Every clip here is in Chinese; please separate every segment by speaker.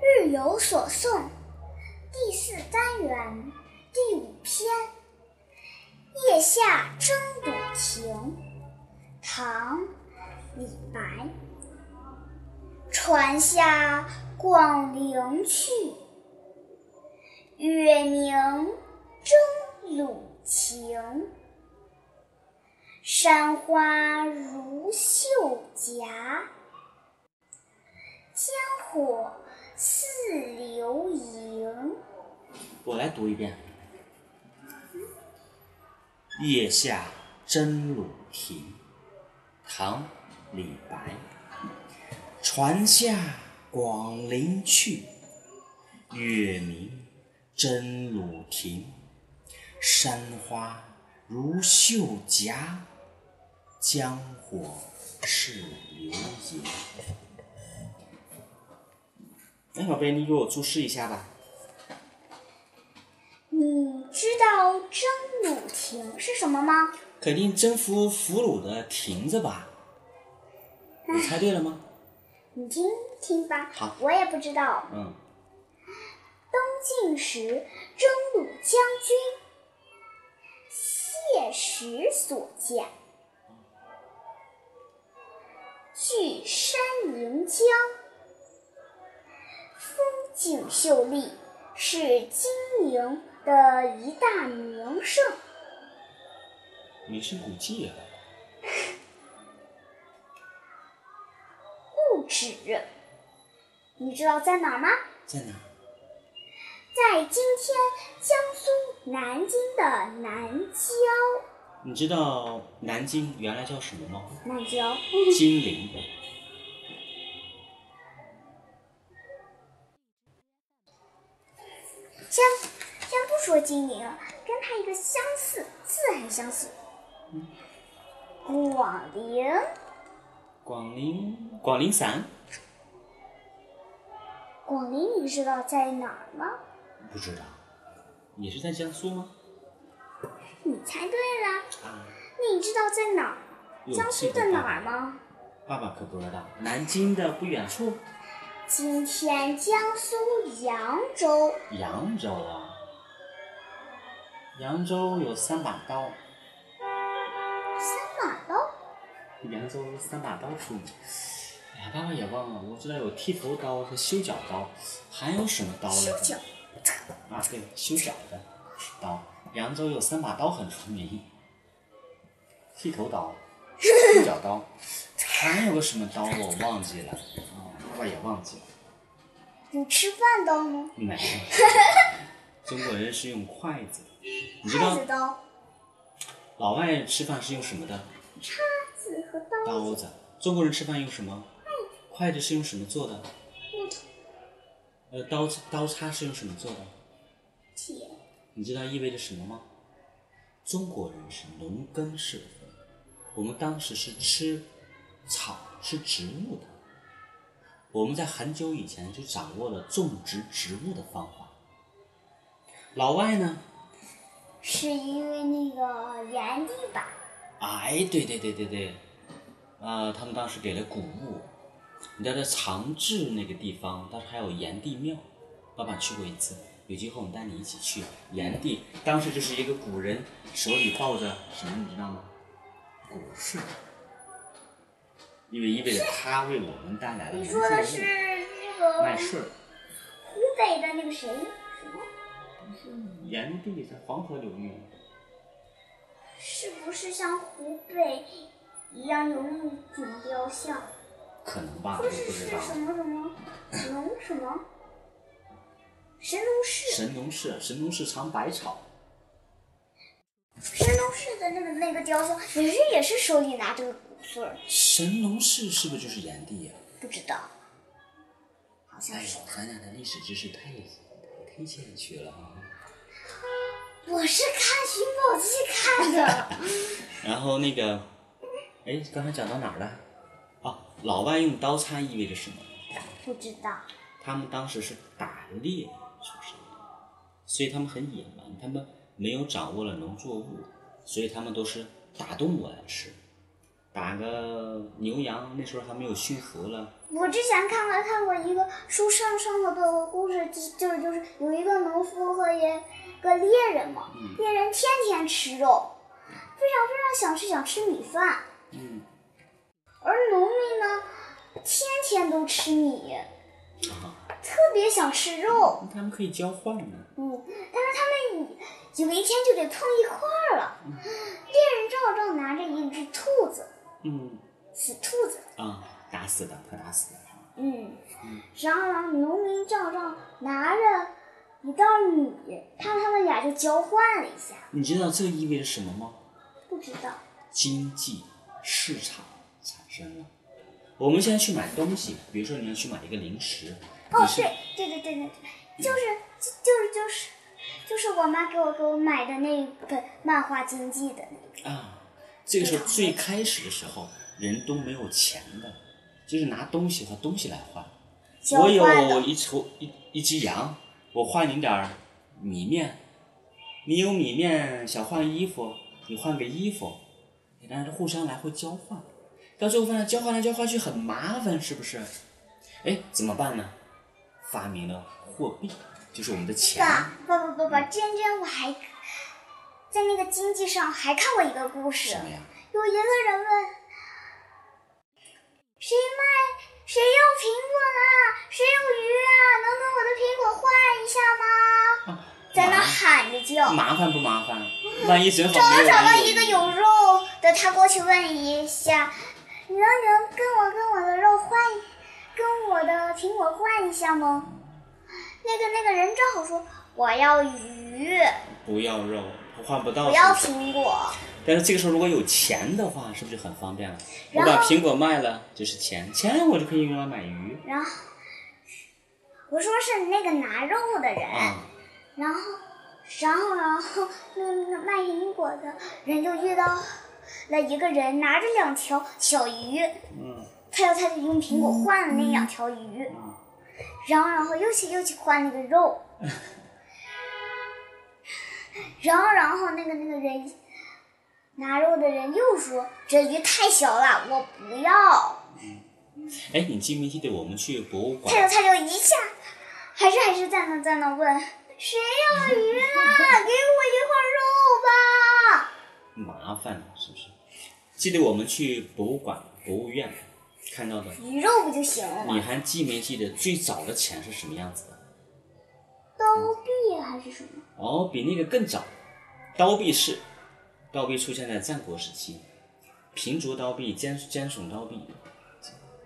Speaker 1: 日有所诵》第四单元第五篇《夜下征卜亭》，唐·李白。船下广陵去，月明争鲁情。山花如绣夹。江火似流萤。
Speaker 2: 我来读一遍：夜下真鲁亭，唐·李白。船下广陵去，月明真鲁亭。山花如绣夹，江火似流萤。哎，小贝，你给我注释一下吧。
Speaker 1: 你知道征虏亭是什么吗？
Speaker 2: 肯定征服俘虏的亭子吧？你猜对了吗？
Speaker 1: 你听听吧
Speaker 2: 好，
Speaker 1: 我也不知道。
Speaker 2: 嗯，
Speaker 1: 登进时，征虏将军，谢石所见，据山临江，风景秀丽，是金陵的一大名胜。
Speaker 2: 名胜古迹啊。
Speaker 1: 故址，你知道在哪儿吗？
Speaker 2: 在哪？
Speaker 1: 在今天江苏南京的南郊。
Speaker 2: 你知道南京原来叫什么吗？
Speaker 1: 南郊，
Speaker 2: 金陵。
Speaker 1: 先先不说金陵，跟它一个相似，字很相似。广陵，
Speaker 2: 广陵，广陵散？
Speaker 1: 广陵你知道在哪儿吗？
Speaker 2: 不知道。你是在江苏吗？
Speaker 1: 你猜对了。
Speaker 2: 啊，
Speaker 1: 你知道在哪儿？
Speaker 2: 有
Speaker 1: 江苏
Speaker 2: 这
Speaker 1: 的
Speaker 2: 个
Speaker 1: 哪儿
Speaker 2: 爸
Speaker 1: 吗？
Speaker 2: 爸？爸爸可不知道。南京的不远处，
Speaker 1: 今天江苏扬州。
Speaker 2: 扬州啊。扬州有三把刀，
Speaker 1: 三马刀，
Speaker 2: 扬州三把刀出名。哎呀，爸爸也忘了，我知道有剃头刀和修脚刀，还有什么刀来着？
Speaker 1: 修脚。
Speaker 2: 啊，对，修脚的刀。扬州有三把刀很出名，剃头刀、修脚刀，还有个什么刀我忘记了，啊，爸爸也忘记了。
Speaker 1: 你吃饭哦刀吗？
Speaker 2: 没，中国人是用筷子的，你知
Speaker 1: 筷
Speaker 2: 道
Speaker 1: 子哦刀、
Speaker 2: 老外吃饭是用什么的？
Speaker 1: 筷子和刀，
Speaker 2: 刀子。中国人吃饭用什么？筷子是用什么做的？
Speaker 1: 木头、
Speaker 2: 呃，刀刀叉是用什么做的？
Speaker 1: 铁、
Speaker 2: 你知道意味着什么吗？中国人是农耕社会，我们当时是吃草、吃植物的。我们在很久以前就掌握了种植植物的方法。老外呢？
Speaker 1: 是因为那个炎帝吧？
Speaker 2: 哎，对对对对对，呃，他们当时给了古墓。你知道在长治那个地方，当时还有炎帝庙，爸爸去过一次。有机会我们带你一起去炎帝，当时就是一个古人手里抱着什么，你知道吗？果树，因为意味着他为我们带来了
Speaker 1: 你
Speaker 2: 无
Speaker 1: 说
Speaker 2: 数
Speaker 1: 的
Speaker 2: 的
Speaker 1: 是
Speaker 2: 物
Speaker 1: 那个
Speaker 2: 麦穗儿。
Speaker 1: 湖北的那个谁？什么？
Speaker 2: 炎帝在黄河流域，
Speaker 1: 是不是像湖北一样有那种雕像？
Speaker 2: 可能吧，我
Speaker 1: 说
Speaker 2: 也
Speaker 1: 是
Speaker 2: 不
Speaker 1: 是
Speaker 2: 知道。
Speaker 1: 什么什么龙什么神农氏？
Speaker 2: 神农氏，神农氏尝百草，
Speaker 1: 神农氏的那个那个雕像，也是也是手里拿着个骨穗儿，
Speaker 2: 神农氏是不是就是炎帝呀、
Speaker 1: 不知道，好像
Speaker 2: 哎呦
Speaker 1: 是。，
Speaker 2: 咱俩的历史知识太太太欠缺了啊！
Speaker 1: 我是看寻宝记看的，
Speaker 2: 然后那个，哎，刚才讲到哪儿了？啊，老外用刀叉意味着什么？
Speaker 1: 不知道。
Speaker 2: 他们当时是打猎出身的，所以他们很野蛮，他们没有掌握了农作物，所以他们都是打动物来吃，打个牛羊，那时候还没有驯服了，
Speaker 1: 我之前看了看过一个书上上头的故事，就就是就是有一个农夫和一个猎人嘛，
Speaker 2: 嗯
Speaker 1: 猎人天天吃肉，非常非常想吃想吃米饭，
Speaker 2: 嗯，
Speaker 1: 而农民呢，天天都吃米，
Speaker 2: 啊，
Speaker 1: 特别想吃肉，
Speaker 2: 那他们可以交换呢。
Speaker 1: 嗯，但是他们有一天就得碰一块儿了。猎人照照拿着一只兔子，
Speaker 2: 嗯，
Speaker 1: 死兔子，
Speaker 2: 啊，打死的，他打死的。
Speaker 1: 嗯，然后呢，农民照照拿着一袋米，他他们俩就交换了一下，
Speaker 2: 你知道这意味着什么吗？
Speaker 1: 不知道，
Speaker 2: 经济市场产生了。我们现在去买东西，比如说你要去买一个零食，
Speaker 1: 哦
Speaker 2: 你，是
Speaker 1: 对对对对对，就是就就是就是就是我妈给我给我买的那本漫画经济的那个。
Speaker 2: 啊，这个时候最开始的时候，人都没有钱的，就是拿东西和东西来换。
Speaker 1: 交
Speaker 2: 我
Speaker 1: 换的，
Speaker 2: 有一头一一只羊，我换你点儿米面，你有米面想换衣服，你换个衣服，但是互相来回交换，到最后发现交换来交换去很麻烦，是不是？哎，怎么办呢？发明了货币，就是我们的钱。
Speaker 1: 爸不不不不，真真我还在那个经济上还看过一个故事
Speaker 2: 什，么呀？
Speaker 1: 有一个人问，谁卖谁要苹果呢？谁有鱼啊？能跟我的苹果换一下吗？
Speaker 2: 啊，
Speaker 1: 在那
Speaker 2: 麻
Speaker 1: 喊着叫，
Speaker 2: 麻烦不麻烦？万一正好没
Speaker 1: 我
Speaker 2: 有
Speaker 1: 找到
Speaker 2: 人
Speaker 1: 一个有肉的，他过去问一下，你能能跟我跟我的肉换一，跟我的苹果换一下吗？那个那个人正好说我要鱼，
Speaker 2: 不要肉，换不到
Speaker 1: 不要
Speaker 2: 是不是
Speaker 1: 苹果。
Speaker 2: 但是这个时候如果有钱的话，是不是就很方便了？我
Speaker 1: 然后
Speaker 2: 把苹果卖了就是钱，钱我就可以用来买鱼
Speaker 1: 然后我说是那个拿肉的人，
Speaker 2: 啊。
Speaker 1: 然后然后然后那那卖苹果的人就遇到了一个人拿着两条小鱼，
Speaker 2: 嗯
Speaker 1: 他要他就用苹果换了那两条鱼。
Speaker 2: 嗯
Speaker 1: 然后然后又去又去换那个 肉，然后然后那个那个人拿肉的人又说这鱼太小了，我不要。
Speaker 2: 哎，你记没记得我们去博物
Speaker 1: 他就
Speaker 2: 馆？
Speaker 1: 他就一下，还是还是在那在那问谁要鱼啦？给我一块肉吧。
Speaker 2: 麻烦是不是？记得我们去博物馆、博物院看到的，
Speaker 1: 鱼肉不就行了吗？
Speaker 2: 你还记没记得最早的钱是什么样子的？
Speaker 1: 刀币还是什么？
Speaker 2: 哦，比那个更早，刀币是，刀币出现在战国时期，平竹刀币、尖尖耸刀币，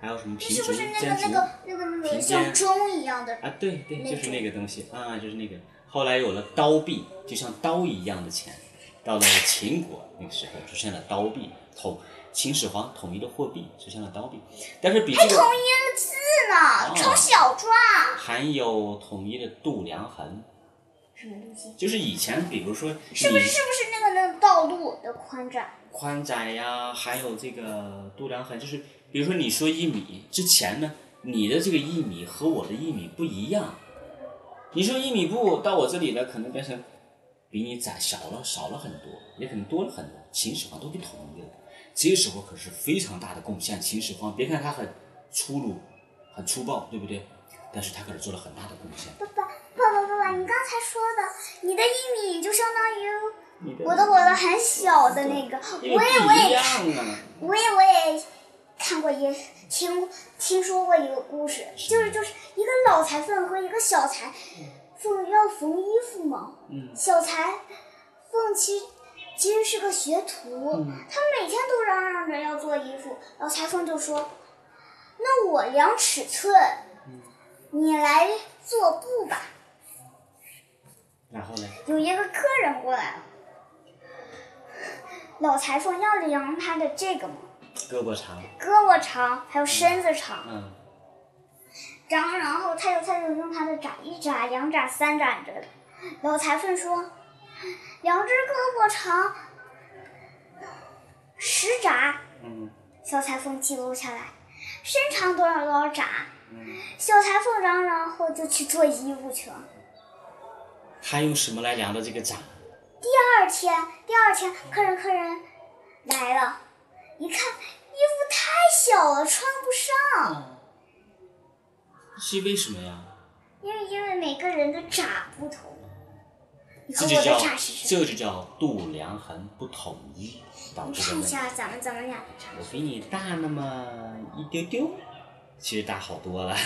Speaker 2: 还有什么平
Speaker 1: 是
Speaker 2: 竹、
Speaker 1: 不是那
Speaker 2: 尖
Speaker 1: 个那
Speaker 2: 竹
Speaker 1: 个那个那个
Speaker 2: 平
Speaker 1: 像
Speaker 2: 肩
Speaker 1: 钟一样的？
Speaker 2: 啊？对对，
Speaker 1: 那
Speaker 2: 就是
Speaker 1: 种
Speaker 2: 那个东西啊，就是那个。后来有了刀币，就像刀一样的钱，到了秦国那个时候出现了刀币，统秦始皇统一的货币出现了刀币，但是比这个
Speaker 1: 同一个字呢，从小抓。
Speaker 2: 还有统一的度量衡，
Speaker 1: 什么东西？
Speaker 2: 就是以前比如说你。
Speaker 1: 是不是是不是那个那个道路的宽窄？
Speaker 2: 宽窄呀，还有这个度量衡，就是比如说你说一米之前呢，你的这个一米和我的一米不一样，你说一米布到我这里呢，可能变成比你窄小了少了很多，也可能多了很多。秦始皇都不统一了，这时候可是非常大的贡献。秦始皇别看他很粗鲁、很粗暴，对不对？但是他可是做了很大的贡献。
Speaker 1: 爸爸爸爸爸爸，你刚才说的，你的一米就相当于
Speaker 2: 你
Speaker 1: 我的我的很小的那个，我
Speaker 2: 因
Speaker 1: 也
Speaker 2: 为不
Speaker 1: 我
Speaker 2: 一
Speaker 1: 也
Speaker 2: 样啊。
Speaker 1: 我也我也看过一听听说过一个故事，就是就是一个老裁缝和一个小裁缝要缝衣服嘛，
Speaker 2: 嗯
Speaker 1: 小裁缝其实其实是个学徒，他每天都嚷嚷着要做衣服，老裁缝就说：“那我量尺寸，你来做布吧。”
Speaker 2: 然后呢？
Speaker 1: 有一个客人过来了，老裁缝要量他的这个嘛，
Speaker 2: 胳膊长，
Speaker 1: 胳膊长，还有身子长，
Speaker 2: 嗯
Speaker 1: 然后然后他就他就用他的扎一扎、两扎、三扎着。老裁缝说，两只胳膊长，十扎。
Speaker 2: 嗯
Speaker 1: 小裁缝记录下来，身长多少多少扎。
Speaker 2: 嗯。
Speaker 1: 小裁缝嚷嚷后就去做衣服去了。
Speaker 2: 他用什么来量的这个长？
Speaker 1: 第二天，第二天，客人客人来了，一看衣服太小了，穿不上。
Speaker 2: 是为什么呀？
Speaker 1: 因为因为每个人的闸不同。你
Speaker 2: 这
Speaker 1: 和
Speaker 2: 就
Speaker 1: 我
Speaker 2: 叫
Speaker 1: 的闸是什么？
Speaker 2: 这就叫度量衡不统一导
Speaker 1: 你
Speaker 2: 致的
Speaker 1: 看一
Speaker 2: 问题。
Speaker 1: 下咱们咱们俩的闸。
Speaker 2: 我比你大那么一丢丢，其实大好 多了。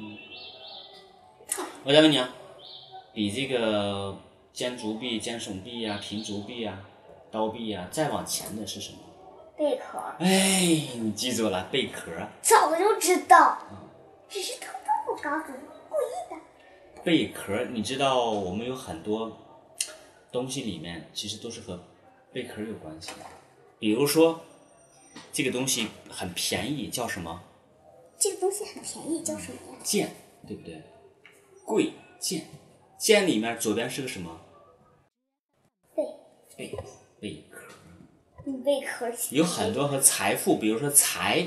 Speaker 2: 嗯，我再问你啊，比这个尖竹臂、尖耸臂啊、平竹臂啊、刀臂啊，再往前的是什么？
Speaker 1: 贝壳，
Speaker 2: 哎，你记住了，贝壳。
Speaker 1: 早就知道，只是偷偷不告诉你，故意的。
Speaker 2: 贝壳，你知道我们有很多东西里面其实都是和贝壳有关系的，比如说这个东西很便宜，叫什么
Speaker 1: 这个东西很便宜，叫什么呀？
Speaker 2: 剑，对不对？贵剑，剑里面左边是个什么
Speaker 1: 贝，
Speaker 2: 贝贝壳？
Speaker 1: 你贝壳儿写
Speaker 2: 有很多和财富，比如说财，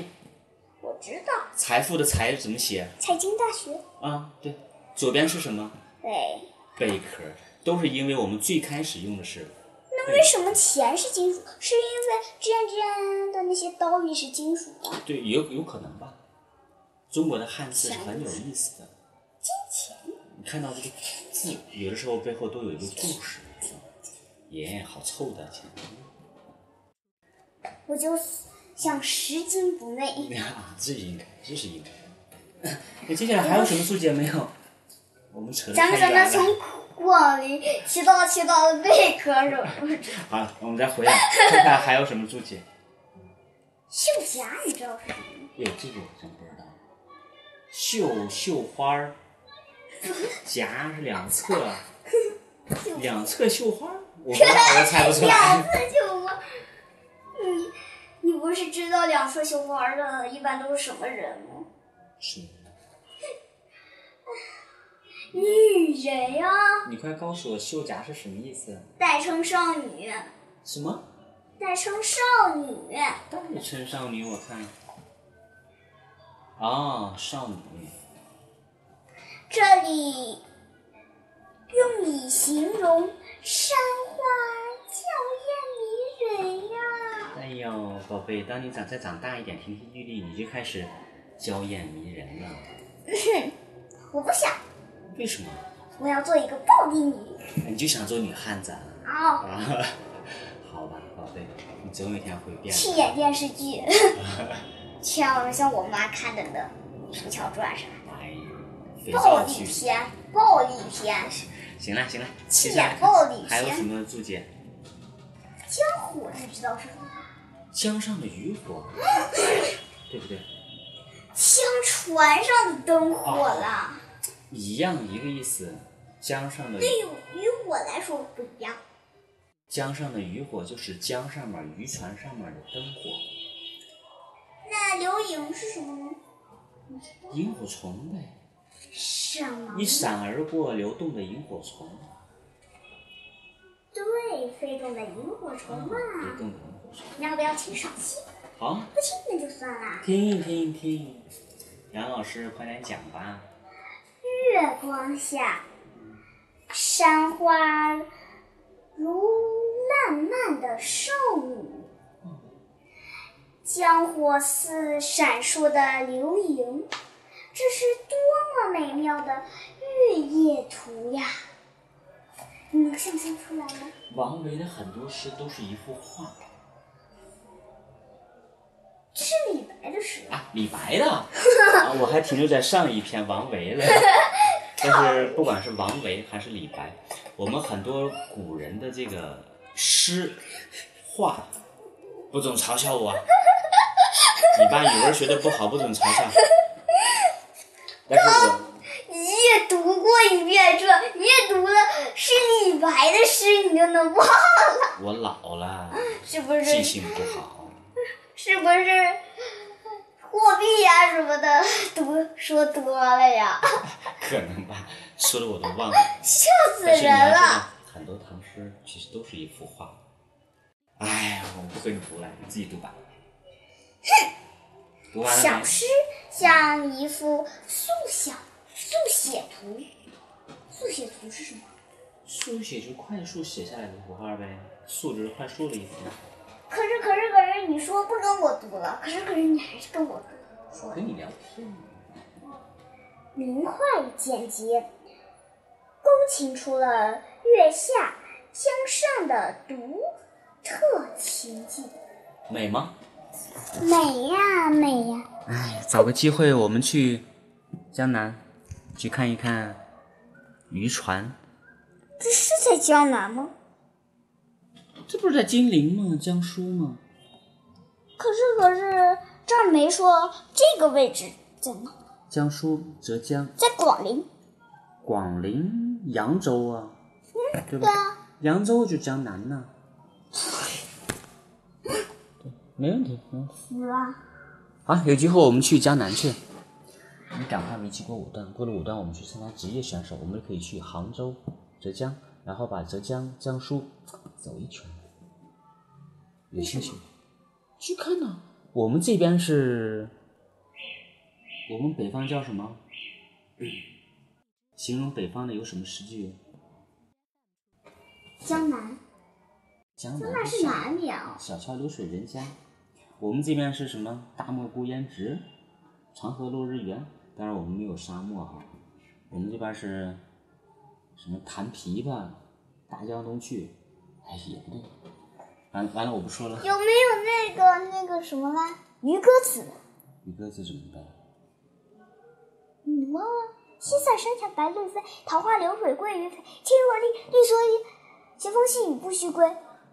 Speaker 1: 我知道，
Speaker 2: 财富的财怎么写
Speaker 1: 财经大学。
Speaker 2: 啊？对，左边是什么
Speaker 1: 对，
Speaker 2: 贝壳？都是因为我们最开始用的是
Speaker 1: 那为什么钱是金属？是因为之前之前的那些刀币是金属吗？
Speaker 2: 对，有有可能吧。中国的汉字是很有意思的。你看到这个字，有的时候背后都有一个故事。耶，好臭的钱！
Speaker 1: 我就想拾金不昧。
Speaker 2: 啊，这是应该，这是应该。那 接下来还有什么注解没有？我们扯得
Speaker 1: 咱
Speaker 2: 太
Speaker 1: 们咱们
Speaker 2: 远了。
Speaker 1: 从广陵骑到骑到贝壳儿是吧？
Speaker 2: 好了，我们再回来看看还有什么注解。
Speaker 1: 秀霞，你知道是什么吗？
Speaker 2: 哟，这个我真不知道。绣绣花儿，夹是两侧，两侧绣花儿，我不知道，我猜不出来
Speaker 1: 两。次绣花，你你不是知道两次绣花的一般都是什么人吗？
Speaker 2: 是，
Speaker 1: 女人呀、
Speaker 2: 你快告诉我绣夹是什么意思？
Speaker 1: 代称少女，
Speaker 2: 什么？
Speaker 1: 代称少女，
Speaker 2: 代称少女？我看。哦，少女，
Speaker 1: 这里用以形容山花娇艳迷人呀、
Speaker 2: 哎呦，宝贝，当你长再长大一点，亭亭玉立，你就开始娇艳迷人了。
Speaker 1: 我不想，
Speaker 2: 为什么？哎
Speaker 1: 我要做一个暴力女。
Speaker 2: 你就想做女汉子啊？
Speaker 1: 哦，
Speaker 2: 啊，好吧，宝贝，你总有一天会变
Speaker 1: 去
Speaker 2: 的。
Speaker 1: 演电视剧， 像像我妈看的那《陈乔传》啥的
Speaker 2: 哎呀，肥
Speaker 1: 暴
Speaker 2: 皂
Speaker 1: 力
Speaker 2: 剧。
Speaker 1: 片，暴力片。
Speaker 2: 行了行了，
Speaker 1: 气
Speaker 2: 接下来
Speaker 1: 眼暴力
Speaker 2: 还有
Speaker 1: 片
Speaker 2: 什么注解？
Speaker 1: 江湖你知道是什么？
Speaker 2: 江上的渔火，对不对？
Speaker 1: 江船上的灯火了。
Speaker 2: 一样一个意思。江上的
Speaker 1: 对于于哎我来说不一样，
Speaker 2: 江上的渔火就是江上面渔船上面的灯火，
Speaker 1: 那刘影是什么呢？
Speaker 2: 萤火虫呗，
Speaker 1: 什么
Speaker 2: 一？闪而过流动的萤火虫，
Speaker 1: 对，飞动的萤火虫嘛。
Speaker 2: 流动的萤火虫。
Speaker 1: 你要不要听赏析？
Speaker 2: 好，
Speaker 1: 不听那就算啦。
Speaker 2: 听一听一听，杨老师快点讲吧。
Speaker 1: 月光下，山花如烂漫的少女，江火似闪烁的流萤，这是多么美妙的月夜图呀！你能想象出来吗？
Speaker 2: 王维的很多诗都是一幅画
Speaker 1: 这是李白的诗，
Speaker 2: 啊，李白的，啊我还停留在上一篇王维了。但是不管是王维还是李白，我们很多古人的这个诗、画，不准嘲笑我。你爸语文学的不好，不准嘲笑。但是我
Speaker 1: 你也读过一遍这，你也读了是李白的诗，你就能忘，
Speaker 2: 我老了，
Speaker 1: 是不是？
Speaker 2: 记性不好。
Speaker 1: 是不是货币呀、什么的 读说多了呀，
Speaker 2: 可能吧，说的我都忘了。
Speaker 1: 笑死
Speaker 2: 但是你
Speaker 1: 人
Speaker 2: 要知道
Speaker 1: 了。，
Speaker 2: 很多唐诗其实都是一幅画。哎，我不跟你读了，你自己读吧。读完了
Speaker 1: 小
Speaker 2: 没？
Speaker 1: 诗像一幅速小速写图，速写图是什么？
Speaker 2: 速写就是快速写下来的图画呗，速就是快速的意思。
Speaker 1: 可是可是可是，你说不跟我读了，可是可是你还是跟我读，说
Speaker 2: 跟你聊天，
Speaker 1: 明快与简洁，勾琴出了月下江上的独特情景。
Speaker 2: 美吗？
Speaker 1: 美呀、美呀、
Speaker 2: 哎，找个机会我们去江南去看一看渔船。
Speaker 1: 这是在江南吗？
Speaker 2: 这不是在金陵吗？江苏吗？
Speaker 1: 可是可是这儿没说这个位置在哪，
Speaker 2: 江苏、浙江、
Speaker 1: 在广陵。
Speaker 2: 广陵、扬州啊，对吧
Speaker 1: 对？啊，
Speaker 2: 扬州就江南呐、对，没问题。嗯，
Speaker 1: 是啊，
Speaker 2: 好，有机会我们去江南去。你赶快没去过武断，过了武断我们去参加职业选手，我们可以去杭州、浙江，然后把浙江、江苏走一圈。有兴趣吗？去看呐、我们这边是，我们北方叫什么？ 形容北方的有什么诗句？
Speaker 1: 江南，
Speaker 2: 江
Speaker 1: 江
Speaker 2: 南
Speaker 1: 南
Speaker 2: 不
Speaker 1: 是南边啊。
Speaker 2: 小桥流水人家，我们这边是什么？大漠孤烟直，长河落日圆。当然我们没有沙漠哈，我们这边是什么弹琵琶，大江东去，哎也不对。完完了，我不说了。
Speaker 1: 有没有那个那个什么来？渔歌子，
Speaker 2: 你歌词怎么办？
Speaker 1: 你忘了？西塞山下白鹿飞，桃花流水鳜鱼肥。天若丽，绿蓑衣，斜风细雨不须归。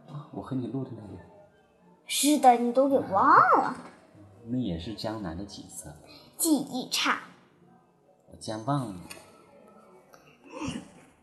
Speaker 2: 啊我和你录的那个，
Speaker 1: 是的，你都给忘了，
Speaker 2: 那也是江南的景色，
Speaker 1: 记忆差。
Speaker 2: 我竟然忘了。